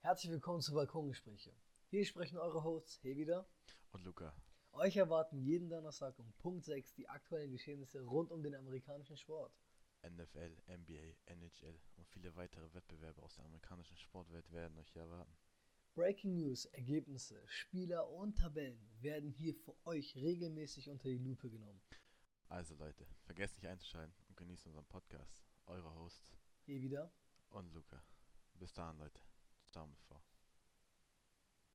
Herzlich willkommen zu Balkongespräche. Hier sprechen eure Hosts, hey wieder. Und Luca. Euch erwarten jeden Donnerstag um Punkt 6 die aktuellen Geschehnisse rund um den amerikanischen Sport. NFL, NBA, NHL und viele weitere Wettbewerbe aus der amerikanischen Sportwelt werden euch hier erwarten. Breaking News, Ergebnisse, Spieler und Tabellen werden hier für euch regelmäßig unter die Lupe genommen. Also Leute, vergesst nicht einzuschalten und genießt unseren Podcast. Eure Hosts Hier wieder. und Luca. Bis dahin Leute. Daumen vor.